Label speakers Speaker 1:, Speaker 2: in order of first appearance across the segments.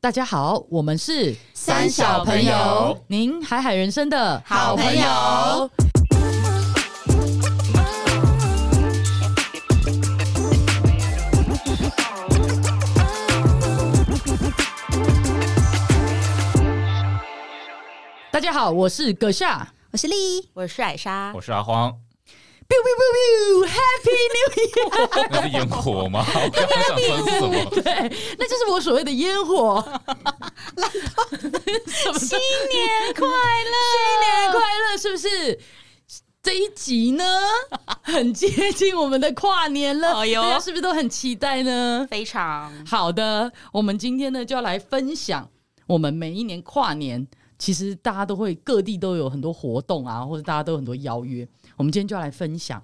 Speaker 1: 大家好，我们是
Speaker 2: 三小朋友，
Speaker 1: 您海海人生的
Speaker 2: 好朋友。
Speaker 1: 大家好，我是葛夏。
Speaker 2: 我是丽，
Speaker 3: 我是艾莎
Speaker 4: 我，是阿荒，
Speaker 1: biu biu biu biu，Happy
Speaker 4: 那是烟火吗？我刚刚想说是什
Speaker 1: New Year！
Speaker 4: 么？
Speaker 1: 对，那就是我所谓的烟火。什么
Speaker 3: 新
Speaker 1: 新
Speaker 3: 年快乐，
Speaker 1: 年快乐，是不是？这一集呢，很接近我们的跨年了，
Speaker 3: 哎呦
Speaker 1: 大家是不是都很期待呢？
Speaker 3: 非常
Speaker 1: 好的，我们今天呢就要来分享我们每一年跨年，其实大家都会各地都有很多活动啊，或者大家都有很多邀约。我们今天就要来分享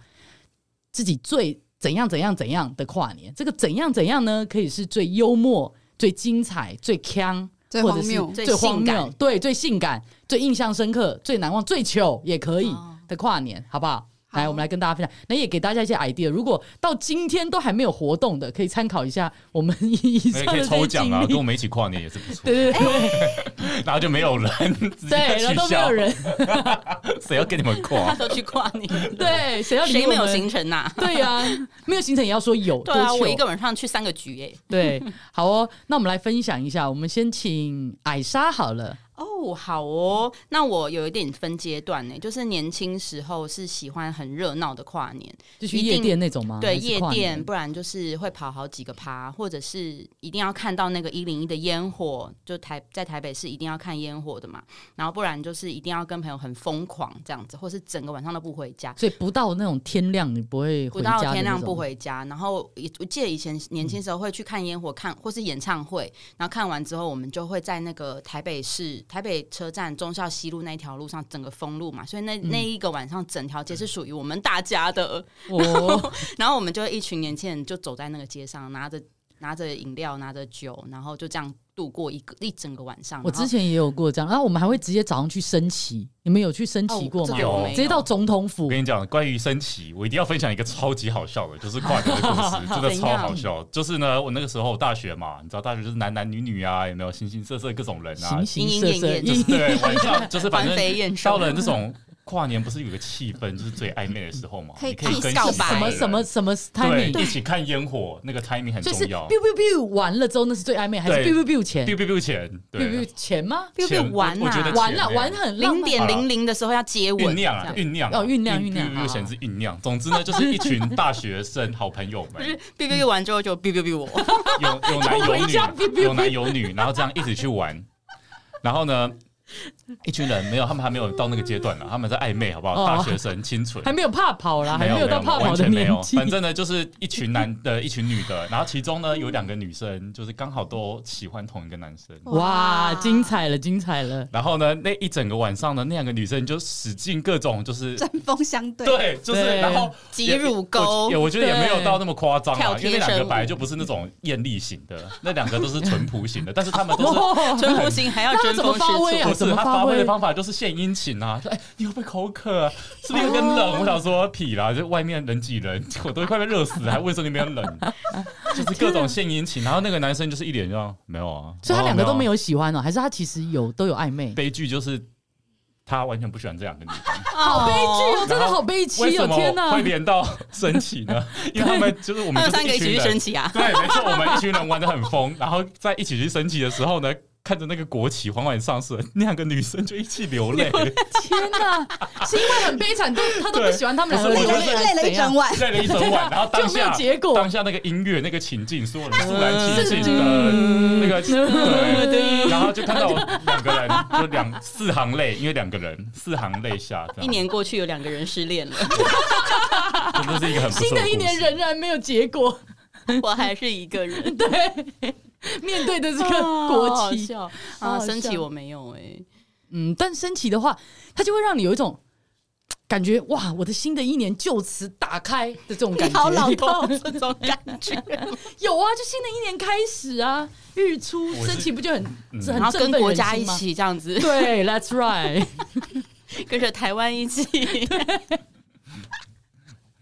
Speaker 1: 自己最怎样怎样怎样的跨年。这个怎样怎样呢，可以是最幽默、最精彩、最强。
Speaker 2: 最
Speaker 1: 或者
Speaker 2: 荒
Speaker 1: 是
Speaker 2: 谬
Speaker 1: 最
Speaker 3: 最
Speaker 1: 荒
Speaker 3: 性感
Speaker 1: 谬，对，最性感、最印象深刻、最难忘、最糗也可以
Speaker 3: 哦
Speaker 1: 的跨年，好不好？
Speaker 2: 好
Speaker 1: 来，我们来跟大家分享，那也给大家一些 idea。如果到今天都还没有活动的，可以参考一下我们以
Speaker 4: 那
Speaker 1: 上的
Speaker 4: 也可以
Speaker 1: 这些
Speaker 4: 抽奖
Speaker 1: 经
Speaker 4: 啊，
Speaker 1: 历。
Speaker 4: 跟我们一起跨年也是不错。
Speaker 1: 对对
Speaker 3: 哎
Speaker 1: 对
Speaker 4: 然后就没有人，直
Speaker 1: 对，
Speaker 4: 接
Speaker 1: 然后
Speaker 4: 取
Speaker 1: 都没
Speaker 4: 消
Speaker 1: 有，人，
Speaker 4: 谁要跟你们
Speaker 3: 他
Speaker 4: 跨？
Speaker 3: 都去跨年，
Speaker 1: 对，谁要理
Speaker 3: 谁
Speaker 1: 我
Speaker 3: 没有
Speaker 1: 们
Speaker 3: 行程啊呐？
Speaker 1: 对呀、没有行程也要说有，
Speaker 3: 对
Speaker 1: 多
Speaker 3: 啊，
Speaker 1: 糗
Speaker 3: 我一个晚上去三个局诶。
Speaker 1: 对，好哦。那我们来分享一下，我们先请艾莎好了。
Speaker 3: 哦，好哦，那我有一点分阶段呢，就是年轻时候是喜欢很热闹的跨年，
Speaker 1: 就去
Speaker 3: 一定
Speaker 1: 夜店那种吗？
Speaker 3: 对
Speaker 1: 啊还是
Speaker 3: 夜
Speaker 1: 跨
Speaker 3: 店，
Speaker 1: 年
Speaker 3: 不然就是会跑好几个趴，或者是一定要看到那个一零一的烟火，就台在台北市一定要看烟火的嘛，然后不然就是一定要跟朋友很疯狂这样子，或是整个晚上都不回家，
Speaker 1: 所以不到那种天亮，你不会
Speaker 3: 不
Speaker 1: 回家
Speaker 3: 到
Speaker 1: 的
Speaker 3: 天
Speaker 1: 那
Speaker 3: 亮
Speaker 1: 种
Speaker 3: 不。回家，然后也我记得以前年轻时候会去看烟火看，或是演唱会，然后看完之后，我们就会在那个台北市台北车站忠孝西路那一条路上整个封路嘛，所以那、那
Speaker 1: 嗯
Speaker 3: 一个晚上整条街是属于我们大家的，
Speaker 1: 哦，
Speaker 3: 然后我们就一群年轻人就走在那个街上，拿着拿着饮料，拿着酒，然后就这样度过一个一整个晚上。
Speaker 1: 我
Speaker 3: 然后
Speaker 1: 之前也有过这样，然后我们还会直接早上去升旗，你们有去升旗过吗？
Speaker 3: 哦这个我没有
Speaker 1: 直接到总统府
Speaker 4: 我跟你讲，关于升旗，我一定要分享一个超级好笑的，就是跨年的故事，真的
Speaker 3: 怎
Speaker 4: 超
Speaker 3: 样
Speaker 4: 好笑。就是呢，我那个时候大学嘛，你知道大学就是男男女女啊，有没有形形色色各种人啊
Speaker 1: 形，形
Speaker 3: 莺莺
Speaker 1: 色
Speaker 3: 燕
Speaker 1: 色，
Speaker 3: 燕
Speaker 1: 莺
Speaker 4: 对，晚上就是反
Speaker 3: 环
Speaker 4: 正
Speaker 3: 肥燕瘦
Speaker 4: 到，了这种跨年，不是有个气氛，就是最暧昧的时候嘛，
Speaker 2: 可以
Speaker 4: 你可以跟
Speaker 3: 告
Speaker 4: 喜
Speaker 3: 白
Speaker 4: 欢
Speaker 1: 什
Speaker 4: 的
Speaker 1: 么
Speaker 4: 人
Speaker 1: 什么什么
Speaker 4: 对，
Speaker 1: timing，
Speaker 4: 一起看烟火，那个 timing 很
Speaker 1: 所
Speaker 4: 重
Speaker 1: 以是 biu
Speaker 4: 要。
Speaker 1: biu biu 完了之后那是最暧昧，还是
Speaker 4: 对
Speaker 1: biu biu biu 前
Speaker 4: biu biu biu 前，
Speaker 1: biu
Speaker 4: 对
Speaker 1: biu，前吗？
Speaker 3: biu biu
Speaker 4: 前我
Speaker 3: 玩啊
Speaker 4: 我觉得
Speaker 1: 完了
Speaker 4: 前面
Speaker 1: 玩很浪
Speaker 3: 零
Speaker 1: 漫
Speaker 3: 点零零的时候要接吻，
Speaker 4: 酝酿
Speaker 3: 这
Speaker 4: 啊，
Speaker 3: 样
Speaker 4: 酝酿啊
Speaker 1: 哦酝酿酝酿好
Speaker 4: ，biu biu 前是酝酿。总之呢，就是一群大学生好朋 友
Speaker 3: 不
Speaker 4: 们，
Speaker 3: 是 biu biu biu 完之后就 biu biu biu 我。
Speaker 4: 有有男
Speaker 1: 我
Speaker 4: 有
Speaker 1: 们家 biu biu biu
Speaker 4: 女，有男有女，然后这样一起去玩，然后呢？一群人没有，他们还没有到那个阶段呢，啊他们在暧昧，好不好？
Speaker 1: 哦
Speaker 4: 大学生清纯，
Speaker 1: 还没有怕跑啦，还
Speaker 4: 没
Speaker 1: 有到怕跑
Speaker 4: 完
Speaker 1: 的
Speaker 4: 全没
Speaker 1: 年
Speaker 4: 有。
Speaker 1: 纪。
Speaker 4: 反正呢，就是一群男的，一群女的，然后其中呢有两个女生，就是刚好都喜欢同一个男生。
Speaker 1: 哇，
Speaker 3: 哇
Speaker 1: 精彩了，精彩了！
Speaker 4: 然后呢，那一整个晚上呢，那两个女生就使尽各种，就是
Speaker 2: 针锋相对，
Speaker 4: 对，就是
Speaker 1: 对
Speaker 4: 然后
Speaker 3: 挤
Speaker 4: 也
Speaker 3: 乳沟
Speaker 4: 也我觉得也没有
Speaker 1: 对
Speaker 4: 到那么夸张
Speaker 3: 跳
Speaker 4: 啊，因
Speaker 3: 贴
Speaker 4: 为那两
Speaker 3: 身
Speaker 4: 个
Speaker 3: 舞
Speaker 4: 本来就不是那种艳丽型的，那两个都是淳朴型的，但是他们都 是。
Speaker 1: 哦，
Speaker 3: 春风行还要
Speaker 1: 那他
Speaker 3: 争
Speaker 1: 怎么
Speaker 3: 风吃
Speaker 1: 发威啊
Speaker 3: 醋，
Speaker 4: 不
Speaker 1: 怎
Speaker 4: 是
Speaker 1: 么
Speaker 4: 他
Speaker 1: 发
Speaker 4: 发挥
Speaker 1: 挥
Speaker 4: 的方法就是献殷勤啊，说哎、你会不会口渴、啊？是不是有点冷？我想说屁啦，就外面人挤人，我都快被热死了，还为什么那边冷？就是各种献殷勤，然后那个男生就是一脸这样没有啊，
Speaker 1: 所以他
Speaker 4: 哦
Speaker 1: 两个都没
Speaker 4: 有啊。
Speaker 1: 有喜欢哦，还是他其实有都有暧昧？
Speaker 4: 悲剧就是他完全不喜欢这两个女生。
Speaker 3: 好
Speaker 1: 悲剧哦，真的
Speaker 4: 然后
Speaker 1: 好悲
Speaker 4: 为
Speaker 1: 戚
Speaker 4: 什
Speaker 1: 哦！
Speaker 4: 么
Speaker 1: 天
Speaker 4: 会
Speaker 1: 哪，
Speaker 4: 连到升旗呢？因为他们就是我
Speaker 3: 他
Speaker 4: 们
Speaker 3: 们
Speaker 4: 就
Speaker 3: 三
Speaker 4: 是
Speaker 3: 个一
Speaker 4: 一
Speaker 3: 起
Speaker 4: 群
Speaker 3: 去
Speaker 4: 人
Speaker 3: 升，旗啊！
Speaker 4: 对，没错，我们一群人玩的很疯，然后在一起去升旗的时候呢，看着那个国旗缓缓上升，那两个女生就一起流泪，
Speaker 1: 天哪，是因为很悲惨，都他都不
Speaker 4: 对
Speaker 1: 喜欢他们两个，
Speaker 4: 不
Speaker 2: 呃
Speaker 4: 是
Speaker 2: 累
Speaker 4: 我
Speaker 2: 了
Speaker 4: 觉得
Speaker 2: 累了一整 晚，
Speaker 4: 累了一整晚，然后当
Speaker 1: 就没有
Speaker 4: 下
Speaker 1: 结果
Speaker 4: 当下那个音乐那个情境，所有人肃然起敬的那
Speaker 1: 那
Speaker 4: 个对，然后就看到我两个人就两四行泪，因为两个人四行泪下，这样
Speaker 3: 一年过去，有两个人失恋 了，
Speaker 4: 这是一个很不错
Speaker 1: 新的一年
Speaker 4: 故事
Speaker 1: 仍然没有结果，
Speaker 3: 我还是一个人。
Speaker 1: 对，面对 的这
Speaker 3: 这
Speaker 1: 个国旗，好好
Speaker 3: 啊，
Speaker 1: 笑
Speaker 3: 升旗我没有哎，
Speaker 1: 嗯，但升旗的话，它就会让你有一种感觉，哇，我的新的一年就此打开的这种感
Speaker 3: 你
Speaker 1: 觉。
Speaker 3: 好 老
Speaker 1: 你知道
Speaker 3: 公
Speaker 1: 吗
Speaker 3: 这种感觉，
Speaker 1: 有啊，就新的一年开始啊，日出
Speaker 4: 我是
Speaker 1: 升旗不就很、
Speaker 4: 嗯
Speaker 1: 这很
Speaker 3: 然后
Speaker 1: 振
Speaker 3: 跟
Speaker 1: 奋
Speaker 3: 国
Speaker 1: 人
Speaker 3: 家
Speaker 1: 心
Speaker 3: 一
Speaker 1: 吗。
Speaker 3: 起这样子，
Speaker 1: 对，That's right。
Speaker 3: 跟着台湾一起。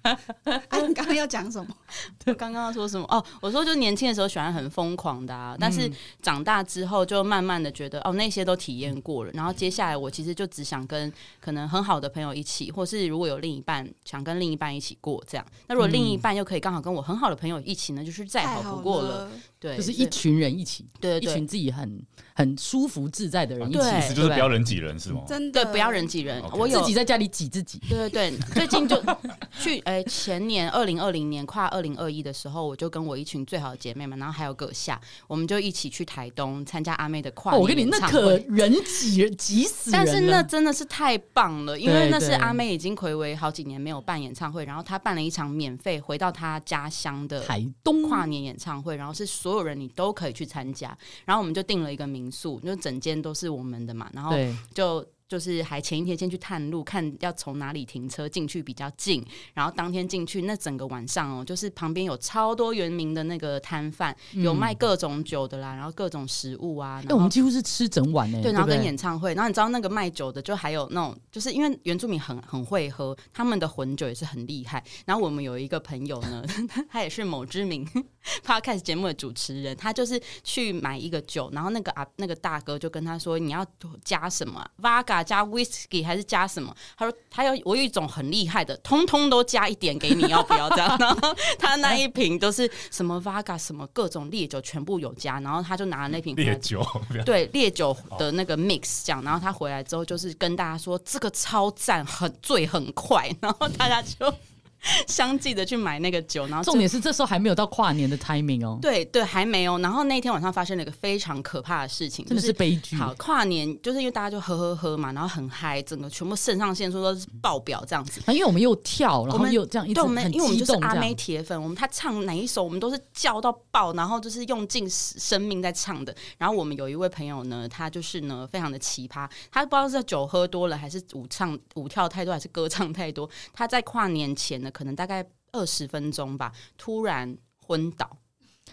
Speaker 2: 哎，你刚刚要讲什么？
Speaker 3: 刚刚要说什么？哦，我说就年轻的时候喜欢很疯狂的啊，但是
Speaker 1: 嗯
Speaker 3: 长大之后就慢慢的觉得哦那些都体验过了，然后接下来我其实就只想跟可能很好的朋友一起，或是如果有另一半想跟另一半一起过这样。那如果另
Speaker 1: 嗯
Speaker 3: 一半又可以刚好跟我很好的朋友一起呢，就是再
Speaker 2: 太
Speaker 3: 好不过了。， 对，
Speaker 1: 就是一
Speaker 3: 所以
Speaker 1: 群人一起，
Speaker 3: 对
Speaker 1: 一
Speaker 3: 对对
Speaker 1: 群自己很很舒服自在的人一起，
Speaker 3: 对
Speaker 4: 意思就是不要人挤人是吗？
Speaker 2: 真的
Speaker 3: 对，不要人挤人。
Speaker 4: OK
Speaker 3: 我有
Speaker 1: 自己在家里挤自己。
Speaker 3: 对对对， 最近就去哎、前年二零二零年跨二零二一的时候，我就跟我一群最好的姐妹们，然后还有葛夏，我们就一起去台东参加阿妹的跨
Speaker 1: 哦，
Speaker 3: 年
Speaker 1: 我跟你那
Speaker 3: 演唱
Speaker 1: 可
Speaker 3: 会
Speaker 1: 人挤人挤死人
Speaker 3: 但
Speaker 1: 了。
Speaker 3: 是那真的是太棒了，因为
Speaker 1: 对
Speaker 3: 那是
Speaker 1: 对
Speaker 3: 阿妹已经暌违好几年没有办演唱会，然后她办了一场免费回到她家乡的
Speaker 1: 台东
Speaker 3: 跨年演唱会，然后是所有人你都可以去参加，然后我们就订了一个民宿，就整间都是我们的嘛，然后
Speaker 1: 对，
Speaker 3: 就就是还前一天先去探路，看要从哪里停车进去比较近，然后当天进去那整个晚上哦，就是旁边有超多原名的那个摊贩，有卖各种酒的啦，然后各种食物啊，
Speaker 1: 嗯哎，
Speaker 3: 然
Speaker 1: 我
Speaker 3: 后
Speaker 1: 们。几乎是吃整碗呢。
Speaker 3: 对，然
Speaker 1: 不
Speaker 3: 后跟演唱会，然后你知道那个卖酒的，就还有那种，就是因为原住民很很会喝，他们的混酒也是很厉害。然后我们有一个朋友呢， 他也是某知名 podcast 节目的主持人，他就是去买一个酒，然后那个啊那个大哥就跟他说你要加什么、啊、，Vaga 加 Whisky 还是加什么？他说他要我有一种很厉害的，通通都加一点给你，要不要这样？然 后他那一瓶都是什么 Vaga 什么各种烈酒全部有加，然后他就拿了那瓶回来
Speaker 4: 烈酒，不 要
Speaker 3: 对烈酒的那
Speaker 1: 哦
Speaker 3: 个 mix 这样，然后他回来之后就是跟大家说这个超赞，很醉很快，然后大家就相继的去买那个酒，然后就
Speaker 1: 重点是这时候还没有到跨年的 timing 哦，
Speaker 3: 对对还没有，然后那天晚上发生了一个非常可怕的事情，
Speaker 1: 真的
Speaker 3: 就是
Speaker 1: 悲剧。
Speaker 3: 好，跨年就是因为大家就喝喝喝嘛，然后很嗨，整个全部肾上腺素都是爆表这样子。
Speaker 1: 啊因为我们又跳，然后
Speaker 3: 我们
Speaker 1: 又这样一直
Speaker 3: 对，我
Speaker 1: 很
Speaker 3: 们因为我们
Speaker 1: 激
Speaker 3: 就是
Speaker 1: 动
Speaker 3: 阿
Speaker 1: 这
Speaker 3: 妹
Speaker 1: 样。
Speaker 3: 铁粉，我们她唱哪一首，我们都是叫到爆，然后就是用尽生命在唱的。然后我们有一位朋友呢，他就是呢非常的奇葩，他不知道是酒喝多了，还是舞唱舞跳太多，还是歌唱太多。他在跨年前呢，可能大概二十分钟吧，突然昏倒，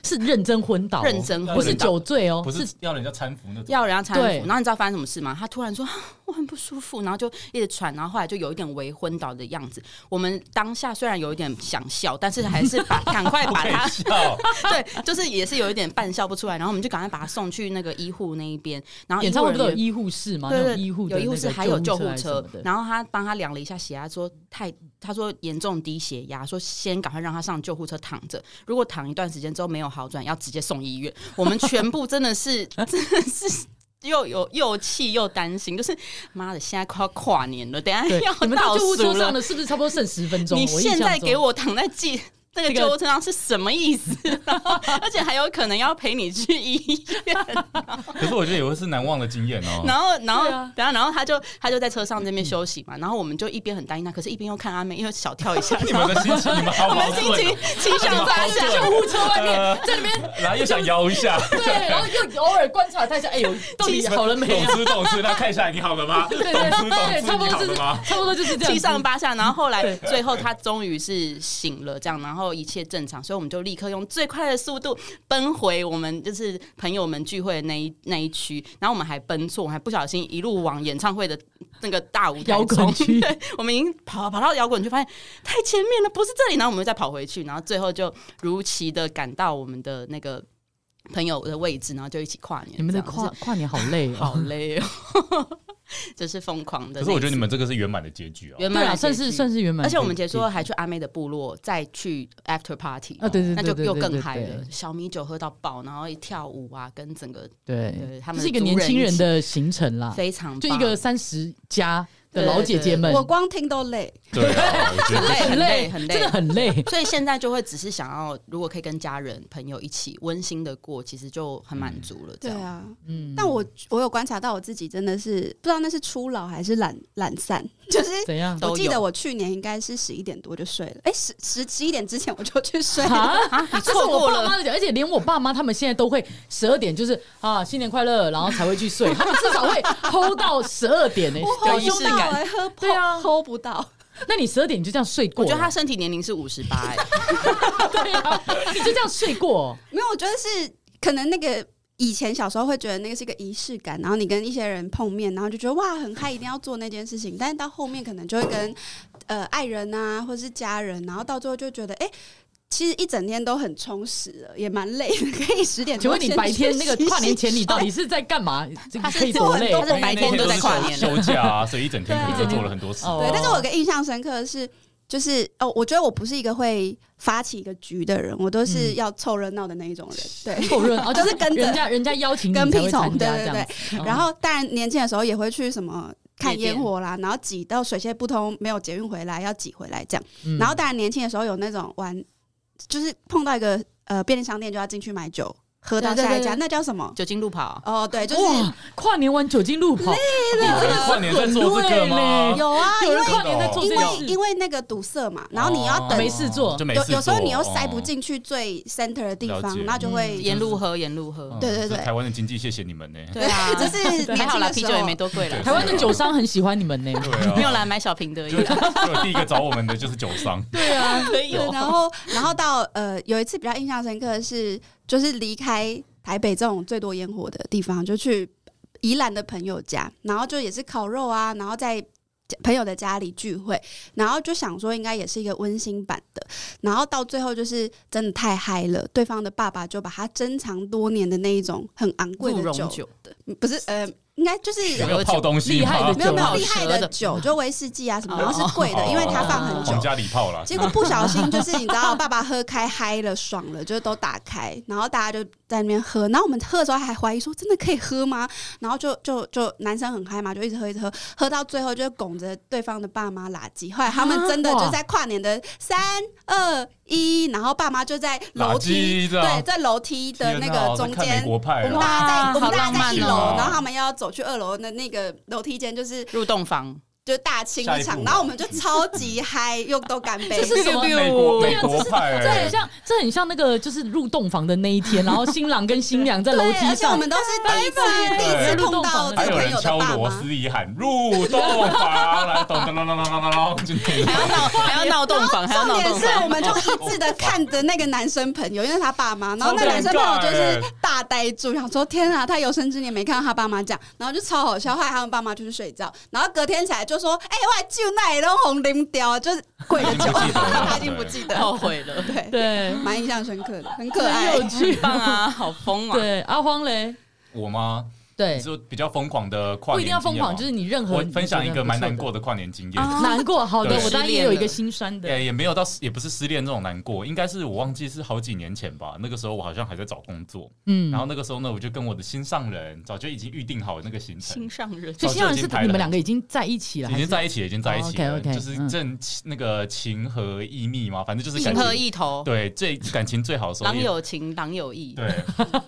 Speaker 1: 是认真昏倒哦，
Speaker 3: 认真
Speaker 1: 不是
Speaker 3: 昏倒。
Speaker 1: 酒醉哦，
Speaker 4: 不
Speaker 1: 是
Speaker 4: 是要人家搀扶那种。
Speaker 3: 要人家搀扶
Speaker 1: 对，
Speaker 3: 然后你知道发生什么事吗？他突然说啊 我很不舒服，然后就一直喘，然后后来就有一点微昏倒的样子。我们当下虽然有一点想笑，但是还是把赶快
Speaker 4: 不
Speaker 3: 把
Speaker 4: 可以
Speaker 3: 他
Speaker 4: 笑，
Speaker 3: 对，就是也是有一点半笑不出来，然后我们就赶快把他送去那个医护那一边，然后医
Speaker 1: 演
Speaker 3: 护
Speaker 1: 唱会不都有
Speaker 3: 人员
Speaker 1: 医护室吗？
Speaker 3: 对
Speaker 1: 那
Speaker 3: 对，
Speaker 1: 种医护的
Speaker 3: 有医护
Speaker 1: 那
Speaker 3: 室
Speaker 1: 个
Speaker 3: 还有救护
Speaker 1: 车
Speaker 3: 车
Speaker 1: 什么，的
Speaker 3: 然后他帮他量了一下血压，说太他说严重低血压，说先赶快让他上救护车躺着，如果躺一段时间之后没有好转，要直接送医院。我们全部真的是 真的是。又有又气又担心，就是妈的，现在快要跨年了，等一下
Speaker 1: 对
Speaker 3: 要，
Speaker 1: 你们
Speaker 3: 倒
Speaker 1: 到救护
Speaker 3: 数
Speaker 1: 车
Speaker 3: 了
Speaker 1: 上，的是不是差不多剩十分钟？
Speaker 3: 你
Speaker 1: 我印
Speaker 3: 现
Speaker 1: 象
Speaker 3: 在
Speaker 1: 中
Speaker 3: 给我躺在记那个
Speaker 1: 这个
Speaker 3: 救护车上是什么意思？ 而且还有可能要陪你去医院，
Speaker 4: 可是我觉得也会是难忘的经验哦。，
Speaker 3: 然后然后
Speaker 1: 对啊
Speaker 3: 等下然后他就他就在车上那边休息嘛，然后我们就一边很担心他，可是一边又看阿妹，又小跳一下
Speaker 4: 你们的心情，你们好
Speaker 3: 我
Speaker 4: 矛
Speaker 3: 们心
Speaker 4: 盾
Speaker 3: 情
Speaker 4: 哦。
Speaker 3: 七上八下。
Speaker 1: 救护车外面
Speaker 4: 呃
Speaker 1: 在那边
Speaker 4: 然后又想摇一下，
Speaker 1: 对，然后又偶尔观察他一下，哎呦，到底好了没啊？
Speaker 4: 懂吃懂吃，那看一下你好了吗？懂
Speaker 1: 对对
Speaker 4: 吃懂
Speaker 1: 对，
Speaker 4: 吃，
Speaker 1: 差不
Speaker 4: 你
Speaker 1: 多
Speaker 4: 好
Speaker 1: 就是
Speaker 4: 了吗？
Speaker 1: 差不多就是这样。
Speaker 3: 七上八下，然后后来
Speaker 1: 对
Speaker 3: 最后他终于是醒了，这样，然后一切正常，所以我们就立刻用最快的速度奔回我们就是朋友们聚会的那一那一区，然后我们还奔错，我们还不小心一路往演唱会的那个大舞台
Speaker 1: 摇滚
Speaker 3: 冲，
Speaker 1: 区
Speaker 3: 对，我们已经跑跑到摇滚区，发现太前面了，不是这里，然后我们再跑回去，然后最后就如期的赶到我们的那个朋友的位置，然后就一起跨年，
Speaker 1: 你们的
Speaker 3: 这样
Speaker 1: 跨跨年好累
Speaker 3: 好
Speaker 1: 哦。
Speaker 3: 累哦， 这是疯狂的
Speaker 4: 可
Speaker 3: 那一次。
Speaker 4: 是我觉得你们这个是圆满的结局哦。
Speaker 3: 原本
Speaker 1: 对啊，算是算是圆满。
Speaker 3: 而且我们结束后还去阿妹的部落，再去 after party，、
Speaker 1: 啊，对对
Speaker 3: 那
Speaker 1: 对，
Speaker 3: 就
Speaker 1: 对
Speaker 3: 又
Speaker 1: 对
Speaker 3: 更
Speaker 1: 对
Speaker 3: 嗨
Speaker 1: 对
Speaker 3: 了。小米酒喝到爆，然后一跳舞啊，跟整个
Speaker 1: 对，
Speaker 3: 呃他
Speaker 1: 这
Speaker 3: 们
Speaker 1: 是一个
Speaker 3: 族
Speaker 1: 年轻
Speaker 3: 一
Speaker 1: 人
Speaker 3: 起
Speaker 1: 的行程啦，
Speaker 3: 非常
Speaker 1: 就
Speaker 3: 棒
Speaker 1: 一个三十加的
Speaker 3: 对
Speaker 1: 老
Speaker 3: 对
Speaker 1: 姐姐
Speaker 3: 对
Speaker 1: 们，
Speaker 2: 我光听都累，
Speaker 4: 对啊，我觉
Speaker 3: 很累很
Speaker 4: 得
Speaker 3: 累很
Speaker 1: 很
Speaker 3: 累
Speaker 1: 真的很 累。
Speaker 3: 所以现在就会只是想要，如果可以跟家人朋友一起温馨的过，其实就很满足了。这
Speaker 2: 对
Speaker 3: 样，
Speaker 2: 啊。
Speaker 1: 嗯，
Speaker 2: 但我我有观察到我自己真的是不知道那是初老还是懒 懒散，就是
Speaker 1: 怎样？
Speaker 3: 都有
Speaker 2: 我记得我去年应该是十一点多就睡了，哎、十十十一点之前我就去睡了。
Speaker 1: 啊，
Speaker 3: 啊，你
Speaker 1: 这是
Speaker 3: 错
Speaker 1: 我
Speaker 3: 过
Speaker 1: 爸
Speaker 3: 了，
Speaker 1: 妈的讲，而且连我爸妈他们现在都会十二点，就是啊新年快乐，然后才会去睡，他们至少会 hold 到十二点呢、欸
Speaker 2: 我好
Speaker 3: 仪
Speaker 2: 凶
Speaker 3: 式
Speaker 2: 到
Speaker 3: 感
Speaker 2: 哎、喝
Speaker 1: 对啊
Speaker 2: hold 不到，
Speaker 1: 那你十二点你就这样睡过
Speaker 3: 我
Speaker 1: 了？
Speaker 3: 觉得他身体年龄是五十八，哎
Speaker 1: 对啊，你就这样睡过，
Speaker 2: 没有，我觉得是可能那个以前小时候会觉得那个是一个仪式感，然后你跟一些人碰面，然后就觉得哇很嗨，一定要做那件事情，但是啊到后面可能就会跟呃爱人啊，或是家人，然后到最后就觉得哎。其实一整天都很充实了，也蛮累的，可以十 点
Speaker 1: 请
Speaker 2: 多
Speaker 1: 问
Speaker 2: 先
Speaker 1: 你
Speaker 2: 去洗洗手。
Speaker 1: 白天那个跨年前，你到 底是在干嘛？这个可以多累？
Speaker 3: 他是白天都在跨年了
Speaker 4: 休假啊，所以一整天可能就做了很多事。
Speaker 1: 哦
Speaker 2: 对，但是我有个印象深刻的是，就是哦，我觉得我不是一个会发起一个局的人，我都是
Speaker 1: 嗯
Speaker 2: 要凑热闹的那一种人。对，
Speaker 1: 凑热闹，
Speaker 2: 就
Speaker 1: 就是是
Speaker 2: 跟着
Speaker 1: 人家人家邀请你才
Speaker 2: 跟屁
Speaker 1: 会
Speaker 2: 虫
Speaker 1: 参加
Speaker 2: 对对
Speaker 1: 这样子。哦
Speaker 2: 然后当然年轻的时候也会去什么。看
Speaker 3: 夜
Speaker 2: 烟
Speaker 3: 店
Speaker 2: 火啦，然后挤到水泄不通，没有捷运回来，要挤回来这样。
Speaker 1: 嗯，
Speaker 2: 然后当然年轻的时候有那种玩，就是碰到一个呃便利商店就要进去买酒，喝到
Speaker 3: 对对
Speaker 2: 下一
Speaker 3: 对
Speaker 2: 家，
Speaker 3: 对
Speaker 2: 那叫什 么？
Speaker 3: 酒精路跑，
Speaker 2: 哦，对，就是
Speaker 1: 哇，跨年玩酒精路跑，
Speaker 3: 啊
Speaker 4: 跨年在做这个吗？
Speaker 3: 哦
Speaker 2: 有啊，
Speaker 1: 有人
Speaker 4: 因为
Speaker 1: 跨年在做
Speaker 2: 因
Speaker 1: 这
Speaker 2: 为
Speaker 1: 件事
Speaker 2: 因为那个堵塞嘛，然后你要
Speaker 4: 哦
Speaker 2: 等
Speaker 1: 没事做
Speaker 4: 就没事
Speaker 2: 有
Speaker 4: 做。
Speaker 2: 有时候你又塞不
Speaker 4: 哦。
Speaker 2: 进去最 center 的地
Speaker 4: 了解
Speaker 2: 方，那就会、
Speaker 3: 嗯
Speaker 2: 啊
Speaker 3: 沿路喝，沿路喝
Speaker 1: 哦
Speaker 4: 嗯，
Speaker 2: 对对对
Speaker 4: 这台湾的经济，谢谢你们呢。
Speaker 3: 对 啊，
Speaker 2: 这是年轻的时
Speaker 3: 还好啦，
Speaker 2: 候
Speaker 3: 啤酒也没多贵啦
Speaker 4: 对，
Speaker 1: 台湾的酒商很喜欢你们呢。
Speaker 4: 对啊，
Speaker 3: 没有啦，买小瓶的而已
Speaker 4: 就
Speaker 3: 啦，
Speaker 4: 就第一个找我们的就是酒商，
Speaker 1: 对啊，
Speaker 3: 可以
Speaker 2: 对，然后然后到呃有一次比较印象深刻的是，就是离开台北这种最多烟火的地方，就去宜兰的朋友家，然后就也是烤肉啊，然后在。朋友的家里聚会，然后就想说应该也是一个温馨版的，然后到最后就是真的太嗨了，对方的爸爸就把他珍藏多年的那一种很昂贵
Speaker 3: 鹿
Speaker 2: 的
Speaker 3: 茸
Speaker 2: 酒，
Speaker 3: 酒，
Speaker 2: 不是呃，应该就是
Speaker 4: 有没有泡东西
Speaker 1: 厉
Speaker 4: 吗？
Speaker 1: 害的
Speaker 2: 没有没有
Speaker 3: 酒
Speaker 2: 厉害
Speaker 3: 好
Speaker 2: 的
Speaker 3: 喝的
Speaker 2: 酒，就威士忌啊什么，
Speaker 3: 哦
Speaker 2: 然后是贵的，
Speaker 4: 哦
Speaker 2: 因为他放很
Speaker 4: 皇
Speaker 2: 久。
Speaker 4: 家礼炮 啦，
Speaker 2: 结果不小心就是你知道，爸爸喝开嗨了，爽了，就都打开，然后大家就在那边喝。然后我们喝的时候还怀疑说，真的可以喝吗？然后就就就男生很嗨嘛，就一直喝一直喝，喝到最后就拱着对方的爸妈拉鸡。后来他们真的
Speaker 1: 啊哇
Speaker 2: 就在跨年的三二一，然后爸妈就在楼
Speaker 4: 垃
Speaker 2: 梯
Speaker 4: 圾这样
Speaker 2: 对，在楼梯的那
Speaker 4: 天哪
Speaker 2: 个中
Speaker 4: 在看
Speaker 2: 间
Speaker 4: 美国派
Speaker 2: 我们
Speaker 4: 啊，
Speaker 2: 大家
Speaker 3: 哇
Speaker 2: 在我们大
Speaker 3: 好浪
Speaker 2: 家在
Speaker 3: 漫
Speaker 2: 一楼，
Speaker 4: 哦
Speaker 2: 然后他们要走去二楼的那个楼梯间，就是
Speaker 3: 入洞房，
Speaker 2: 就是大清一
Speaker 4: 下一
Speaker 2: 场，
Speaker 4: 步
Speaker 2: 然后我们就超级嗨，又都干 杯
Speaker 1: 这。是什么
Speaker 4: 美国
Speaker 1: 对
Speaker 4: 美
Speaker 1: 啊
Speaker 4: 国派
Speaker 1: 这
Speaker 4: 欸
Speaker 1: 很，像，这很像那个就是入洞房的那一 天，然后新郎跟新娘在
Speaker 2: 对，
Speaker 1: 楼梯
Speaker 2: 而且我
Speaker 1: 上，
Speaker 2: 们都是第一次第一次碰到这
Speaker 4: 还
Speaker 2: 个
Speaker 4: 有
Speaker 2: 朋
Speaker 4: 人
Speaker 2: 友
Speaker 4: 敲
Speaker 2: 的爸
Speaker 4: 螺
Speaker 2: 妈。
Speaker 4: 丝一喊入洞房，来咚咚咚咚咚咚咚，就那
Speaker 3: 还要
Speaker 4: 个
Speaker 3: 闹还要闹洞房，还要
Speaker 2: 重
Speaker 3: 闹
Speaker 2: 点
Speaker 3: 洞
Speaker 2: 是，我
Speaker 3: 房，
Speaker 2: 们就一致的看着那个男生朋友，因为他爸妈，然后那个男生朋友就是大呆住，想说天啊，他有生之年没看到他爸妈这样，然后就超好笑。后来他们爸妈就去睡觉，然后隔天起来就说：“哎、我就那也都红零掉，就是鬼的 酒，他
Speaker 4: 他
Speaker 2: 已
Speaker 4: 已
Speaker 2: 经
Speaker 4: 经
Speaker 2: 不
Speaker 4: 不
Speaker 2: 记
Speaker 4: 记
Speaker 2: 得了。
Speaker 3: 后悔了，
Speaker 2: 对”对，
Speaker 1: 对，
Speaker 2: 蛮印象深刻的，很可爱
Speaker 1: 很。有趣
Speaker 3: 棒啊，好疯 啊！
Speaker 1: 对，阿荒嘞，
Speaker 4: 我吗？
Speaker 1: 对
Speaker 4: 你，说比较疯狂的跨年，
Speaker 1: 不一定要疯狂，就是你任何
Speaker 4: 我分享一个蛮难
Speaker 1: 过
Speaker 4: 过的跨年经验。
Speaker 1: 的， 难过。好的，
Speaker 4: 对
Speaker 1: 我当然也有一个心酸的，
Speaker 4: 也也没有到，也不是失恋这种难过，应该是我忘记是好几年前吧。那个时候我好像还在找工作，
Speaker 1: 嗯
Speaker 4: 然，后那个时候呢，我就跟我的心上人早就已经预定好那个行程
Speaker 3: 心，上人，
Speaker 1: 所以新郎是
Speaker 4: 早就已经排了
Speaker 1: 你们两个已经在一起了，
Speaker 4: 已
Speaker 1: 还
Speaker 4: 经
Speaker 1: 是
Speaker 4: 在一起了，已经在一起了，
Speaker 1: 哦，OK，OK，
Speaker 4: 就是
Speaker 1: 嗯
Speaker 4: 正那个情和意密嘛，反正就是
Speaker 3: 情
Speaker 4: 感
Speaker 3: 和
Speaker 4: 情
Speaker 3: 意
Speaker 1: 哦
Speaker 3: 头，
Speaker 4: 对最感情最好的时候
Speaker 3: 郎
Speaker 4: 也，
Speaker 3: 有情，郎有意，
Speaker 4: 对，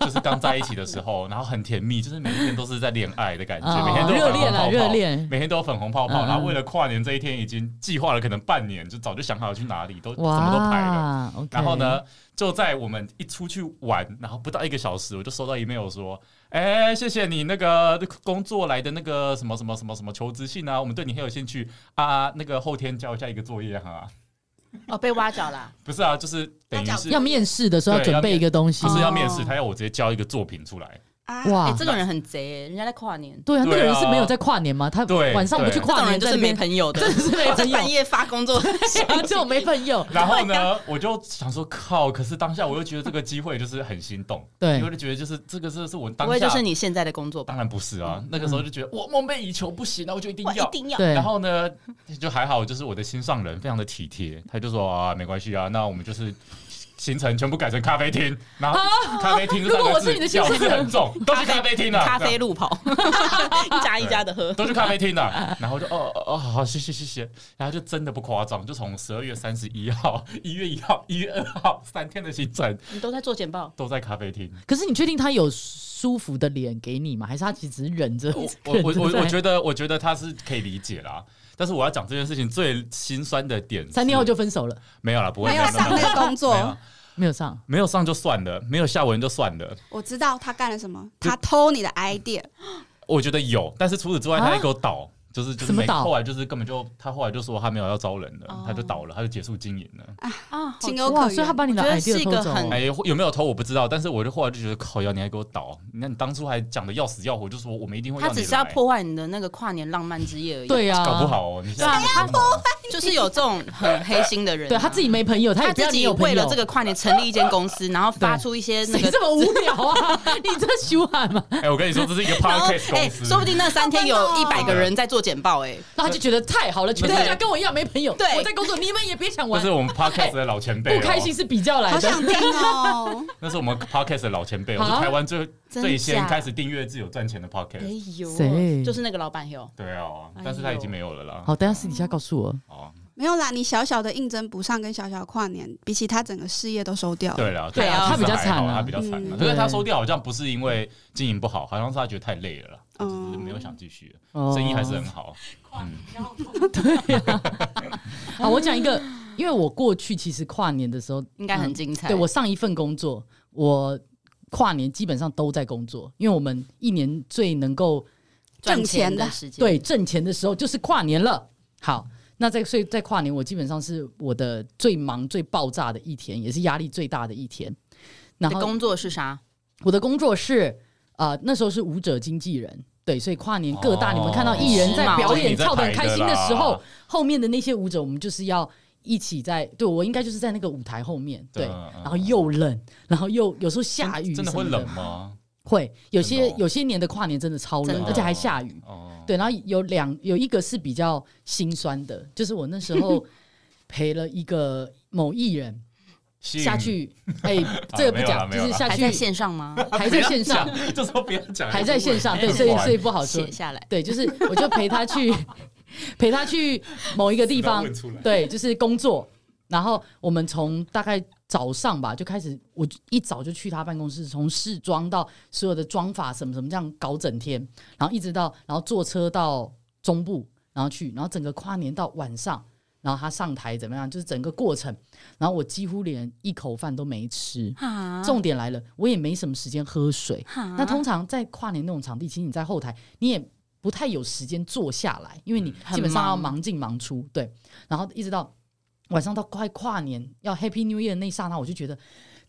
Speaker 4: 就是刚在一起的时候，然后很甜蜜，就是每一天都是在恋爱的感觉，
Speaker 1: 哦
Speaker 4: 每天都有
Speaker 1: 热
Speaker 4: 粉红
Speaker 1: 恋
Speaker 4: 泡
Speaker 1: 啦
Speaker 4: 泡
Speaker 1: 热恋
Speaker 4: 每天都有粉红泡泡，
Speaker 1: 嗯嗯
Speaker 4: 然后为了跨年这一天已经计划了可能半年，就早就想好要去哪里，都什么都排了。
Speaker 1: 哇，OK，
Speaker 4: 然后呢，就在我们一出去玩，然后不到一个小时，我就收到 email 说，哎、谢谢你那个工作来的那个什么什么什么什么求职信啊，我们对你很有兴趣啊，那个后天交一下一个作业哈、
Speaker 3: 哦，被挖角啦，
Speaker 4: 不是啊，就是等于
Speaker 2: 那
Speaker 4: 是
Speaker 2: 叫
Speaker 1: 要面试的时候要
Speaker 4: 对
Speaker 1: 准备一个东西
Speaker 4: 不，是
Speaker 3: 哦
Speaker 4: 要面试，他要我直接交一个作品出来，
Speaker 2: 啊
Speaker 1: 哇
Speaker 3: 哎，这种人很贼耶，人家在跨年，
Speaker 1: 对啊，那
Speaker 4: 对啊
Speaker 1: 个人是没有在跨年吗？他
Speaker 4: 对
Speaker 1: 晚上不去
Speaker 4: 对
Speaker 3: 这
Speaker 1: 跨
Speaker 3: 种
Speaker 1: 年，
Speaker 3: 人就是
Speaker 1: 在那
Speaker 3: 没
Speaker 1: 边
Speaker 3: 朋 友的，
Speaker 1: 真的是没
Speaker 3: 在
Speaker 1: 朋友
Speaker 3: 半夜发工 作，
Speaker 1: 啊，这种没朋友，
Speaker 4: 然后呢，我就想说靠，可是当下我又觉得这个机会就是很心动，
Speaker 1: 对
Speaker 4: 因为我就觉得就是这个是是我
Speaker 3: 不
Speaker 4: 当
Speaker 3: 会
Speaker 4: 下
Speaker 3: 就是你现在的工作吧
Speaker 4: 当？然不是啊，
Speaker 1: 嗯
Speaker 4: 那个时候就觉得我梦寐以求，不行，那我就一定
Speaker 3: 我
Speaker 4: 要
Speaker 3: 一。定要，
Speaker 1: 对，
Speaker 4: 然后呢，就还好，就是我的心上人非常的体贴，他就说啊，没关系啊，那我们就是行程全部改成咖啡厅，然后咖啡厅这
Speaker 1: 哦如
Speaker 4: 三
Speaker 1: 果
Speaker 4: 个
Speaker 1: 我
Speaker 4: 字
Speaker 1: 是你的心
Speaker 4: 表
Speaker 1: 上人
Speaker 4: 示很重，都是咖啡厅啊，
Speaker 3: 咖啡路 跑，一家一家的喝，
Speaker 4: 都去咖啡厅了，然后就哦哦哦，好，好谢谢谢谢，然后就真的不夸张，就从十二月三十一号、 一月一号、一月二号三天的行程
Speaker 3: 你都在做简报。
Speaker 4: 都在咖啡厅。
Speaker 1: 可是你确定他有舒服的脸给你吗？还是他其实只是忍着？
Speaker 4: 我我 我
Speaker 1: 忍着
Speaker 4: 我我
Speaker 1: 在
Speaker 4: 觉得我觉得他是可以理解啦，但是我要讲这件事情最心酸的点是，
Speaker 1: 三天后就分手了，
Speaker 4: 没有了，不会
Speaker 2: 他
Speaker 4: 没
Speaker 2: 要
Speaker 4: 有
Speaker 2: 上
Speaker 4: 没
Speaker 2: 那
Speaker 4: 有
Speaker 2: 个工
Speaker 1: 没
Speaker 4: 没有
Speaker 2: 作，
Speaker 1: 有上。
Speaker 4: 没有上就算了，没有下文就算了。
Speaker 2: 我知道他干了什么，他偷你的 idea。
Speaker 4: 我觉得有，但是除此之外
Speaker 1: 啊
Speaker 4: 他还给我倒，就是就是
Speaker 1: 什么
Speaker 4: 没
Speaker 1: 岛
Speaker 4: 后来就是根本就他后来就说他没有要招人了，
Speaker 3: 哦
Speaker 4: 他就倒了，他就结束经营了。
Speaker 3: 啊，
Speaker 2: 情
Speaker 3: 好
Speaker 2: 有
Speaker 1: 哇，
Speaker 2: 可
Speaker 1: 所以他
Speaker 2: 原。
Speaker 1: 把你的
Speaker 3: 我觉得是
Speaker 1: idea
Speaker 3: 一个
Speaker 1: 偷走，
Speaker 3: 很
Speaker 4: 哎、有没有投我不知道，但是我就后来就觉得靠腰，你还给我倒，那你当初还讲的要死要活，就说我们一定会
Speaker 3: 他
Speaker 4: 你
Speaker 3: 只是要
Speaker 4: 来
Speaker 3: 破坏你的那个跨年浪漫之夜而已。，
Speaker 1: 对呀、啊，
Speaker 4: 搞不，好哦，你现
Speaker 3: 对啊
Speaker 4: 在
Speaker 3: 他
Speaker 4: 在干嘛
Speaker 3: 就是有这种很黑心的人啊、
Speaker 1: 对他自己没朋友，他也
Speaker 3: 他
Speaker 1: 不要
Speaker 3: 自
Speaker 1: 你
Speaker 3: 己
Speaker 1: 有朋
Speaker 3: 为
Speaker 1: 友
Speaker 3: 了这。个跨年成立一间 公司，然后发出一些那
Speaker 1: 谁
Speaker 3: 个
Speaker 1: 这么无聊啊？ 你这修喊嘛，
Speaker 4: 哎、我跟你说，这是一个
Speaker 3: 然后
Speaker 4: podcast 公司，
Speaker 3: 哎说不定那三天
Speaker 2: 好
Speaker 3: 有
Speaker 2: 棒哦
Speaker 3: 一百个人在做简报、哎，
Speaker 1: 然后他就觉得太好了，全世界跟我一样没朋友。
Speaker 3: 对
Speaker 1: 我在工作，你们也别想
Speaker 4: 那
Speaker 1: 玩
Speaker 4: 是。我们 podcast 的老前辈、
Speaker 1: 不
Speaker 4: 哦，
Speaker 1: 开心是比较来
Speaker 2: 好
Speaker 1: 的，
Speaker 2: 想听哦！
Speaker 4: 那是我们 podcast 的老前辈、哦，
Speaker 1: 啊
Speaker 4: 是台湾最
Speaker 3: 真
Speaker 4: 最先
Speaker 3: 假
Speaker 4: 开始订阅制有赚钱的
Speaker 1: 哎
Speaker 4: podcast。
Speaker 3: 呦
Speaker 1: 谁
Speaker 3: 就是那个老板哟，
Speaker 4: 对啊
Speaker 3: 哎，呦
Speaker 4: 但是他已经没有了啦。
Speaker 1: 好，等一下私底下告诉我。
Speaker 4: 哦，
Speaker 2: 没有啦，你小小的应征不上，跟小小跨年，比起他整个事业都收掉了。
Speaker 4: 对了，
Speaker 3: 对啊
Speaker 4: 啊，
Speaker 3: 他
Speaker 1: 比较惨啊
Speaker 4: 他比较惨啊。
Speaker 2: 嗯
Speaker 4: 可是他
Speaker 1: 对
Speaker 4: 收掉好像不是因为经营不好，好像是他觉得太累了啦，他只是没有想继续了，
Speaker 1: 哦
Speaker 4: 生意还是很好。嗯，
Speaker 1: 好，我讲一个，因为我过去其实跨年的时候，嗯
Speaker 3: 应该很精彩。
Speaker 1: 对我上一份工作，我跨年基本上都在工作，因为我们一年最能够
Speaker 3: 赚
Speaker 2: 挣钱的
Speaker 3: 的时间，
Speaker 1: 对挣钱的时候就是跨年了。好，那在所以在跨年，我基本上是我的最忙、最爆炸的一天，也是压力最大的一天。然
Speaker 3: 你的
Speaker 1: 后
Speaker 3: 工作是啥？
Speaker 1: 我的工作是，呃，那时候是舞者经纪人，对，所以跨年各大、
Speaker 4: 哦
Speaker 1: 你们看到艺人在表演
Speaker 4: 时髦
Speaker 1: 跳得很开心的时
Speaker 4: 就是你在排的
Speaker 1: 候
Speaker 4: 啦，
Speaker 1: 后面的那些舞者，我们就是要一起在，对我应该就是在那个舞台后面，对，
Speaker 4: 嗯嗯
Speaker 1: 然后又冷，然后又有时候下雨，
Speaker 4: 真的会冷？吗？
Speaker 1: 会，有些、
Speaker 4: 真的哦
Speaker 1: 有些年的跨年真的超
Speaker 3: 真
Speaker 1: 冷，
Speaker 3: 的
Speaker 1: 而且还下雨。
Speaker 4: 哦，
Speaker 1: 对，然后有两有一个是比较心酸的，就是我那时 候陪了一个某艺人
Speaker 4: 吸引
Speaker 1: 下 去，哎、这个不
Speaker 4: 啊没有啦
Speaker 1: 讲，
Speaker 4: 没
Speaker 1: 就
Speaker 4: 有
Speaker 1: 是
Speaker 4: 啦
Speaker 1: 下
Speaker 3: 还
Speaker 1: 去
Speaker 3: 在线上吗？
Speaker 1: 还在线上，，
Speaker 4: 不要讲就说不要讲，
Speaker 1: 还在线 上，对，
Speaker 4: 很
Speaker 1: 所以
Speaker 4: 烦
Speaker 1: 所以不好说
Speaker 3: 写。下来。
Speaker 1: 对，就是我就陪他去，陪他去某一个地
Speaker 4: 不要
Speaker 1: 方
Speaker 4: 问出来，
Speaker 1: 对，就是工作。然后我们从大概早上吧就开始，我一早就去他办公室，从试妆到所有的妆法什么什么这样搞整天，然后一直到然后坐车到中部，然后去，然后整个跨年到晚上，然后他上台怎么样，就是整个过程，然后我几乎连一口饭都没吃。
Speaker 3: 啊
Speaker 1: 重点来了，我也没什么时间喝水，
Speaker 3: 啊
Speaker 1: 那通常在跨年那种场地，其实你在后台你也不太有时间坐下来，因为你
Speaker 3: 嗯很
Speaker 1: 基本上要
Speaker 3: 忙
Speaker 1: 忙进忙出，对。然后一直到晚上到快跨年要 Happy New Year 的那一刹那，我就觉得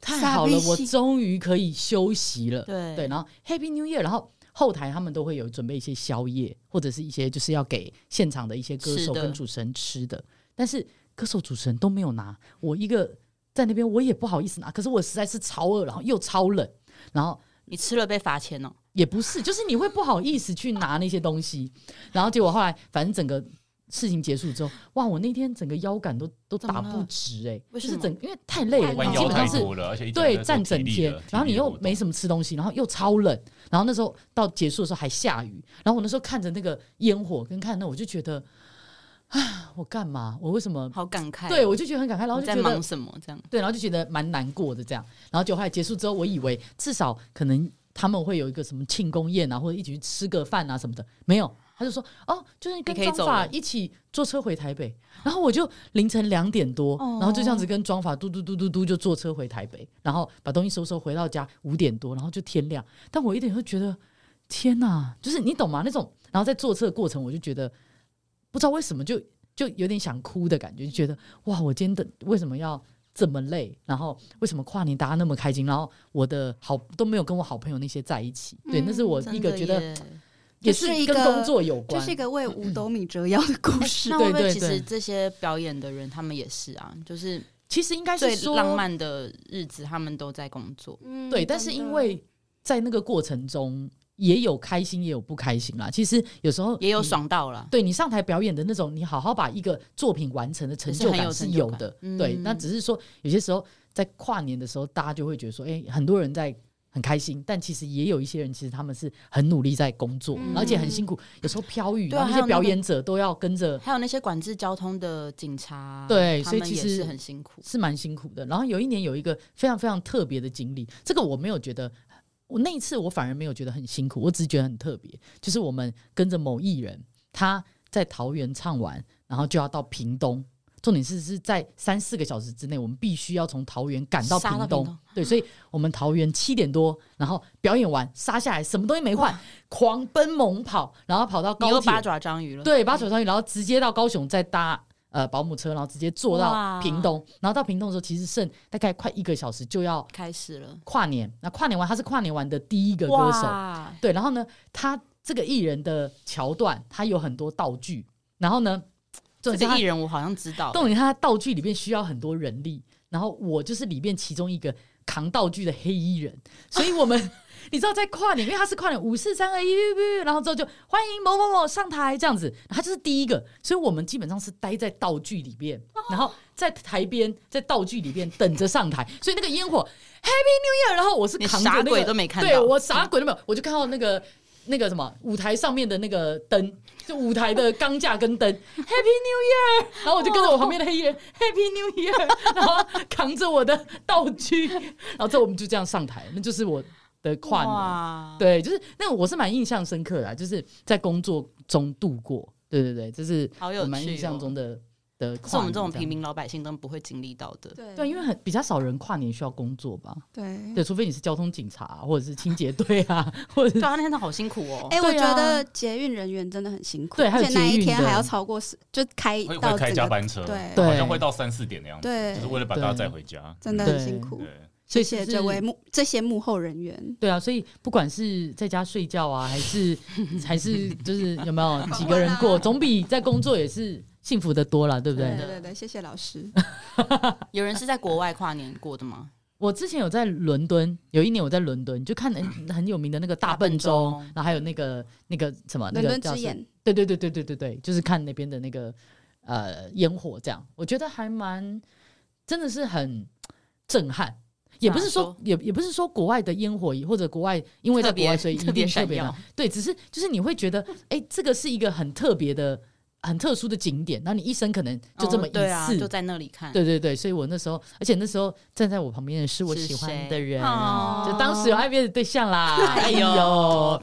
Speaker 1: 太好了
Speaker 2: 傻逼，
Speaker 1: 我终于可以休息了。
Speaker 3: 对
Speaker 1: 对，然后 Happy New Year，然后后台他们都会有准备一些宵夜，或者是一些就是要给现场的一些歌
Speaker 3: 吃
Speaker 1: 手
Speaker 3: 的
Speaker 1: 跟主持人吃的，但是歌手主持人都没有拿，我一个在那边我也不好意思拿，可是我实在是超饿，然后又超冷，然后
Speaker 3: 你吃了被罚钱哦，
Speaker 1: 也不是，就是你会不好意思去拿那些东西，然后结果后来反正整个事情结束之后，哇，我那天整个腰杆都都
Speaker 3: 怎么
Speaker 1: 打
Speaker 3: 了
Speaker 1: 不直哎、
Speaker 3: 为
Speaker 1: 就
Speaker 3: 什
Speaker 1: 是
Speaker 3: 么
Speaker 1: 整因为太累了，
Speaker 2: 弯
Speaker 4: 弯
Speaker 1: 你基
Speaker 4: 腰
Speaker 1: 本
Speaker 4: 太
Speaker 1: 上是
Speaker 4: 多了，而且一整
Speaker 1: 对
Speaker 4: 天
Speaker 1: 站整
Speaker 4: 体力
Speaker 1: 天
Speaker 4: 的，
Speaker 1: 然后你又没
Speaker 4: 体
Speaker 1: 什么吃东西，然后又超冷，然后那时候到结束的时候还下雨，然后我那时候看着那个烟火跟看那我就觉得，啊，我干嘛？我为什么？
Speaker 3: 好感慨哦。
Speaker 1: 对，我就觉得很感慨，然后
Speaker 3: 你
Speaker 1: 就
Speaker 3: 在
Speaker 1: 觉得
Speaker 3: 忙什么？这样
Speaker 1: 对，然后就觉得蛮难过的这样。然后就后来结束之后，我以为至少可能他们会有一个什么庆功宴啊，或者一起去吃个饭啊什么的，没有。他就说：“哦，就是跟
Speaker 3: 你可以
Speaker 1: 庄
Speaker 3: 走
Speaker 1: 法
Speaker 3: 了
Speaker 1: 一起坐车回台北。”然后我就凌晨两点多，
Speaker 3: 哦
Speaker 1: 然后就这样子跟庄法嘟嘟嘟嘟嘟就坐车回台北，然后把东西收收回到家五点多，然后就天亮。但我一点就觉得天哪，就是你懂吗？那种，然后在坐车的过程，我就觉得不知道为什么就就有点想哭的感觉，就觉得哇，我今天的为什么要这么累？然后为什么跨年大家那么开心？然后我的好都没有跟我好朋友那些在一起，对，
Speaker 2: 嗯
Speaker 1: 那是我一个觉得
Speaker 3: 真的耶
Speaker 1: 也
Speaker 2: 就是一
Speaker 1: 跟
Speaker 2: 个
Speaker 1: 工作有关，
Speaker 2: 就是一个为五斗米折腰的故事。
Speaker 3: 哎那会不
Speaker 1: 对对
Speaker 3: 会其实
Speaker 1: 对
Speaker 3: 这些表演的人，他们也是啊，就是
Speaker 1: 其实应该是
Speaker 3: 最
Speaker 1: 说
Speaker 3: 浪漫的日子，他们都在工作。
Speaker 2: 嗯
Speaker 1: 对，但是因为在那个过程中也有开心，也有不开心啦。其实有时候
Speaker 3: 也有
Speaker 1: 你
Speaker 3: 爽到了，
Speaker 1: 对你上台表演的那种，你好好把一个作品完成的成就感是有的。
Speaker 3: 也是很有成就感
Speaker 1: 对，
Speaker 3: 嗯
Speaker 1: 那只是说有些时候在跨年的时候，大家就会觉得说，哎、很多人在。很开心，但其实也有一些人，其实他们是很努力在工作，
Speaker 2: 嗯
Speaker 1: 而且很辛苦，有时候飘雨，
Speaker 3: 对啊
Speaker 1: 然后那
Speaker 3: 还有那
Speaker 1: 些
Speaker 3: 个
Speaker 1: 表演者都要跟着，
Speaker 3: 还有那些管制交通的警察，
Speaker 1: 对
Speaker 3: 他
Speaker 1: 所以
Speaker 3: 们
Speaker 1: 其
Speaker 3: 也
Speaker 1: 实
Speaker 3: 是很辛苦。
Speaker 1: 是蛮辛苦的。然后有一年有一个非常非常特别的经历，这个我没有觉得，我那一次我反而没有觉得很辛苦，我只是觉得很特别。就是我们跟着某艺人，他在桃园唱完，然后就要到屏东，重点是是在三四个小时之内，我们必须要从桃园赶到
Speaker 3: 杀
Speaker 1: 屏
Speaker 3: 到
Speaker 1: 东。
Speaker 3: 屏东
Speaker 1: 对，所以我们桃园七点多，然后表演完杀下来，什么东西没换，狂奔猛跑，然后跑到
Speaker 3: 你
Speaker 1: 高
Speaker 3: 又
Speaker 1: 铁
Speaker 3: 八，爪章鱼了，
Speaker 1: 对，八九上去，然后直接到高雄，再搭呃保姆车，然后直接坐到
Speaker 3: 哇
Speaker 1: 屏东。然后到屏东的时候，其实剩大概快一个小时就要
Speaker 3: 开始了。
Speaker 1: 跨年。那跨年完，他是跨年完的第一个歌手。
Speaker 3: 哇
Speaker 1: 对，然后呢，他这个艺人的桥段，他有很多道具，然后呢，重
Speaker 3: 这
Speaker 1: 点
Speaker 3: 个
Speaker 1: 是
Speaker 3: 艺
Speaker 1: 他
Speaker 3: 人我好像知道，
Speaker 1: 重点是他的道具里面需要很多人力，然后我就是里面其中一个扛道具的黑衣人，所以我们。你知道在跨年，因为他是跨年五四三二一，然后之后就欢迎某某某上台这样子，他就是第一个，所以我们基本上是待在道具里边，
Speaker 3: 哦
Speaker 1: 然后在台边在道具里边等着上台，所以那个烟火 Happy New Year，然后我是
Speaker 3: 你
Speaker 1: 扛着
Speaker 3: 啥
Speaker 1: 那
Speaker 3: 鬼
Speaker 1: 个
Speaker 3: 都没看
Speaker 1: 对
Speaker 3: 到，
Speaker 1: 我啥鬼都没有，我就看到那个那个什么舞台上面的那个灯，就舞台的钢架跟灯，Happy New Year，然后我就跟着我旁边的黑衣人 Happy New Year，然后扛着我的道具， 然后之后我们就这样上台，那就是我的跨年。
Speaker 3: 哇，
Speaker 1: 对，就是那我是蛮印象深刻的啊、就是在工作中度过。对对对，这是
Speaker 3: 好有
Speaker 1: 我
Speaker 3: 趣
Speaker 1: 蛮印象
Speaker 3: 哦
Speaker 1: 中的的
Speaker 3: 是
Speaker 1: 跨年。
Speaker 3: 我们这种平，民老百姓都不会经历到的。
Speaker 2: 对
Speaker 1: 对，因为很比较少人跨年需要工作吧？
Speaker 2: 对
Speaker 3: 嗯
Speaker 1: 对，除啊非你是交通警察、或者是清洁队啊， 或者
Speaker 3: 对
Speaker 1: 是
Speaker 3: 啊，那天他好辛苦哦。
Speaker 2: 哎、我
Speaker 1: 对啊
Speaker 2: 觉得捷运人员真的很辛苦，
Speaker 1: 对还
Speaker 2: 而
Speaker 1: 有
Speaker 2: 且那
Speaker 1: 捷
Speaker 2: 一
Speaker 1: 运
Speaker 2: 天
Speaker 1: 的
Speaker 2: 还要超过十，就开
Speaker 4: 会会
Speaker 2: 到
Speaker 4: 开
Speaker 2: 整
Speaker 4: 加
Speaker 2: 个，
Speaker 4: 班车，
Speaker 2: 对
Speaker 1: 对
Speaker 4: 好像会到三四点的样子，
Speaker 2: 对
Speaker 4: 就是为了把大家载回家。
Speaker 2: 真的很
Speaker 1: 对
Speaker 2: 辛苦。
Speaker 4: 对，
Speaker 1: 所
Speaker 2: 谢
Speaker 1: 以是
Speaker 2: 谢
Speaker 1: 不
Speaker 2: 这
Speaker 1: 是
Speaker 2: 位幕这些幕后人员，
Speaker 1: 对啊，所以不管是在家睡觉啊，还 是还是就是有没有几个人
Speaker 3: 啊
Speaker 1: 过，总比在工作也是幸福的多了，对不对啊
Speaker 3: 真？的
Speaker 2: 对对对，谢谢老师。
Speaker 3: 有人是在国外跨年过的吗？
Speaker 1: 我之前有在伦敦，有一年我在伦敦，就看很很有名的那个大笨
Speaker 3: 大
Speaker 1: 钟
Speaker 3: 笨钟，
Speaker 1: 然后还有那个那个什么那
Speaker 2: 伦
Speaker 1: 个
Speaker 2: 敦
Speaker 1: 叫
Speaker 2: 之
Speaker 1: 什么？
Speaker 2: 眼，
Speaker 1: 对对对对对对对，就是看那边的那个呃烟火，这样我觉得还蛮真的是很震撼。也不是说，
Speaker 3: 怎
Speaker 1: 也也不是说国外的烟火或者国外，因为在
Speaker 3: 特
Speaker 1: 国外
Speaker 3: 别
Speaker 1: 所以一
Speaker 3: 特别
Speaker 1: 定特
Speaker 3: 闪
Speaker 1: 别的
Speaker 3: 耀，
Speaker 1: 对，只是就是你会觉得，哎、这个是一个很特别的、很特殊的景点，那你一生可能就这么一
Speaker 3: 哦
Speaker 1: 次。
Speaker 3: 对啊，就在那里看。
Speaker 1: 对对对所以我那时候，而且那时候站在我旁边的是我
Speaker 3: 是
Speaker 1: 喜欢
Speaker 3: 谁
Speaker 1: 的人，
Speaker 3: 哦
Speaker 1: 就当时有爱别的对象啦。 哎呦，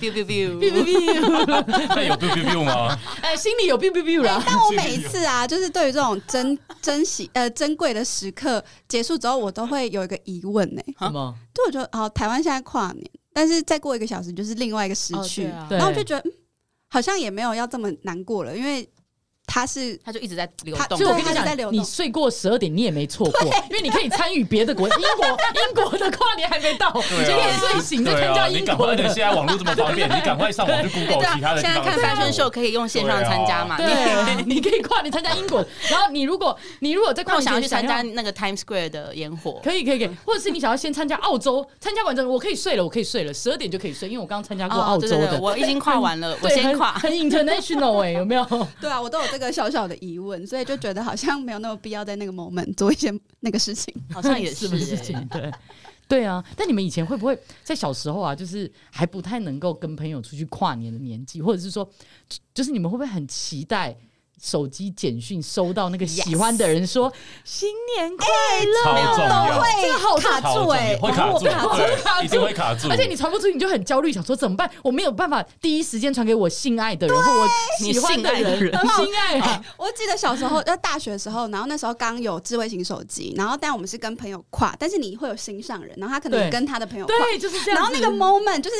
Speaker 3: ，biu biu biu，哦
Speaker 1: biu biu biu，
Speaker 4: 那有 biu biu biu 吗？
Speaker 1: 哎，心里有 biu biu biu
Speaker 3: 哎
Speaker 1: 啦。
Speaker 2: 哎但我每一次啊，就是对于这种珍 珍惜呃珍贵的时刻结束之后，我都会有一个疑问呢、
Speaker 3: 啊
Speaker 1: 什么？
Speaker 2: 就我觉得，好，台湾现在跨年，但是再过一个小时就是另外一个时
Speaker 3: 哦
Speaker 2: 区，
Speaker 3: 对啊
Speaker 1: 对
Speaker 2: 然后我就觉得、嗯好像也没有要这么难过了，因为他是
Speaker 3: 他就一直在流
Speaker 2: 他
Speaker 3: 动。
Speaker 1: 所以我跟
Speaker 2: 对它
Speaker 1: 你
Speaker 2: 是在流
Speaker 1: 讲，
Speaker 2: 动
Speaker 1: 你睡过十二点，你也没错过，因为你可以参与别的国。英国英国的跨年还没到，
Speaker 3: 哦
Speaker 4: 对啊
Speaker 1: 你就可以睡醒再
Speaker 4: 对
Speaker 1: 参
Speaker 4: 啊，
Speaker 1: 加
Speaker 4: 你
Speaker 1: 英
Speaker 4: 赶快，
Speaker 1: 国
Speaker 4: 而且
Speaker 1: 的
Speaker 4: 现。在网络这 么方便，你赶快上网去 Google 其他
Speaker 3: 啊
Speaker 4: 的
Speaker 3: 现
Speaker 4: 地
Speaker 3: 在
Speaker 4: 方
Speaker 1: 啊
Speaker 3: 看
Speaker 4: 的
Speaker 3: fashion show
Speaker 4: 生活。
Speaker 3: 可以用线上参加嘛？
Speaker 1: 对
Speaker 3: 哦你
Speaker 1: 啊，你可以跨年参加英国，然后你如果你如果在跨
Speaker 3: 我
Speaker 1: 年
Speaker 3: 想要
Speaker 1: 前
Speaker 3: 去参
Speaker 1: 要
Speaker 3: 加那个 Times Square 的烟火，
Speaker 1: 可以可以可以，或者是你想要先参加澳洲，参加完之后我可以睡了，我可以睡了，十二点就可以睡，因为我刚刚参加过
Speaker 3: 哦
Speaker 1: 澳洲
Speaker 3: 对
Speaker 1: 的，
Speaker 3: 对对我已经跨完 了，我
Speaker 1: 对
Speaker 3: 先
Speaker 1: 很
Speaker 3: 跨。
Speaker 1: 很 international 哎、有没 有？
Speaker 2: 对啊，我都有这个小小的疑问，所以就觉得好像没有那么必要在那个 moment 做一些那个事情。
Speaker 3: 好像也
Speaker 1: 是
Speaker 3: 是
Speaker 1: 不
Speaker 3: 欸
Speaker 1: 是？对对啊，但你们以前会不会在小时候啊，就是还不太能够跟朋友出去跨年的年纪，或者是说，就就是你们会不会很期待？手机简讯收到那个喜欢的人说新年快
Speaker 4: 超
Speaker 1: 乐，
Speaker 4: 重要
Speaker 1: 这个好
Speaker 2: 卡
Speaker 4: 超
Speaker 2: 住
Speaker 4: 重要
Speaker 2: 哎、
Speaker 4: 会卡
Speaker 2: 我
Speaker 4: 住，
Speaker 2: 卡住
Speaker 1: 卡住
Speaker 4: 对，一定会卡
Speaker 3: 嗯
Speaker 4: 住。
Speaker 1: 而且你传不出去，你就很焦虑，想说怎么办？我没有办法第一时间传给我心爱的人或我喜欢的
Speaker 3: 你信爱的
Speaker 1: 人，
Speaker 3: 人
Speaker 1: 心爱啊，
Speaker 2: 我记得小时候，就大学的时候，然后那时候刚有智慧型手机，然后但我们是跟朋友跨，但是你会有心上人，然后他可能
Speaker 1: 对
Speaker 2: 也跟他的朋友跨，
Speaker 1: 对，就是这样子。
Speaker 2: 然后那个 moment 就是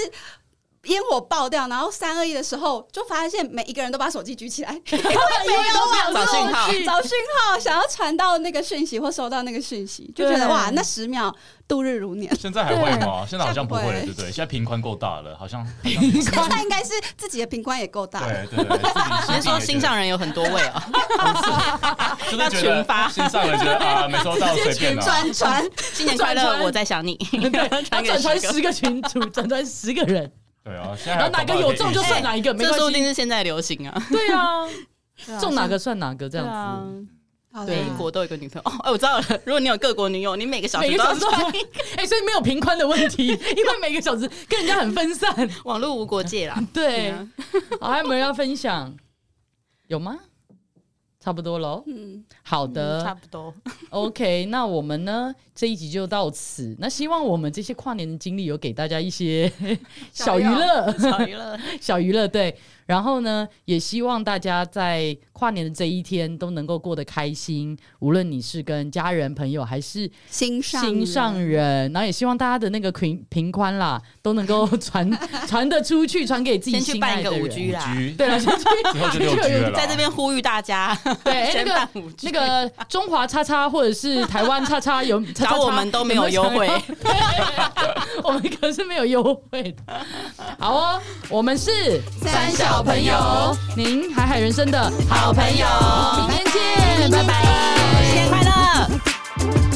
Speaker 2: 烟火爆掉，然后三二一的时候，就发现每一个人都把手机举起 来，因为没
Speaker 1: 哎
Speaker 2: 有
Speaker 3: 找
Speaker 2: 网
Speaker 3: 讯
Speaker 2: 络。
Speaker 3: 号，
Speaker 2: 找讯号，想要传到那个讯息或收到那个讯息，就觉
Speaker 1: 对
Speaker 2: 得哇，那十秒度日如 年。
Speaker 4: 现在还会吗？现在好像不会了，
Speaker 2: 现在不会
Speaker 4: 对不对？现在频宽够大了，好像
Speaker 2: 现在应该是自己的平宽也够大了，
Speaker 4: 对对对。
Speaker 3: 你是说心上人有很多位啊？
Speaker 4: 就是觉
Speaker 3: 要群
Speaker 4: 得
Speaker 3: 发
Speaker 4: 心上人觉得啊，没收到随便啦。
Speaker 2: 转
Speaker 1: 啊
Speaker 2: 传
Speaker 3: 新年快
Speaker 1: 转传
Speaker 3: 乐，我在想你。
Speaker 1: 他
Speaker 3: 传给
Speaker 1: 转传
Speaker 3: 十个
Speaker 1: 十个群主，转传十个人，
Speaker 4: 对啊，现在
Speaker 1: 然
Speaker 4: 还
Speaker 1: 后哪个有中就算
Speaker 4: 广告可以
Speaker 1: 哪一个，没
Speaker 3: 哎这说
Speaker 1: 关
Speaker 3: 不定
Speaker 1: 系。
Speaker 3: 是现在流行啊，
Speaker 1: 对啊，中哪个算哪个这
Speaker 3: 这
Speaker 1: 样子。
Speaker 3: 子。
Speaker 2: 好
Speaker 1: 对
Speaker 2: 啦
Speaker 3: 每一国都有一个女朋友。哦，哎，我知道了。如果你有各国女友，你每个小时
Speaker 1: 每个
Speaker 3: 都
Speaker 1: 小
Speaker 3: 要
Speaker 1: 时
Speaker 3: 传
Speaker 1: 都哎，所以没有平宽的问题，因为每个小时跟人家很分散。
Speaker 3: 网络无 国界啦。
Speaker 1: 对
Speaker 3: 嗯，
Speaker 1: 好，还有没有要分享？有吗？差不多喽。
Speaker 2: 嗯，
Speaker 1: 好的，
Speaker 3: 差不 多。
Speaker 1: OK，那我们呢这一集就到此。那希望我们这些跨年的经历有给大家一些 小
Speaker 2: 小
Speaker 1: 娱
Speaker 2: 料
Speaker 1: 乐，
Speaker 3: 小娱乐，
Speaker 1: 小娱乐对。然后呢，也希望大家在跨年的这一天都能够过得开心，无论你是跟家人、朋友还是
Speaker 2: 心上
Speaker 1: 心上人，然后也希望大家的那个平平宽啦，都能够传传得出去，传给自己
Speaker 3: 先去
Speaker 1: 心
Speaker 3: 办
Speaker 1: 爱
Speaker 3: 一个
Speaker 1: 的
Speaker 3: 五
Speaker 1: 人。
Speaker 3: G 啦，
Speaker 4: 局
Speaker 1: 对了，先去
Speaker 4: 之后就六 G 了啦，
Speaker 3: 在这边呼吁大家，
Speaker 1: 对哎那
Speaker 3: 先
Speaker 1: 个
Speaker 3: 办五 G，
Speaker 1: 那个中华叉叉或者是台湾叉叉有叉叉
Speaker 3: 找我们都没有优
Speaker 1: 有没
Speaker 3: 惠，
Speaker 1: 有想要 对我们可是没有优惠的。好哦，我们是
Speaker 2: 三小朋友，
Speaker 1: 您海海人生的好朋友，明天见，拜拜
Speaker 3: 新年快乐。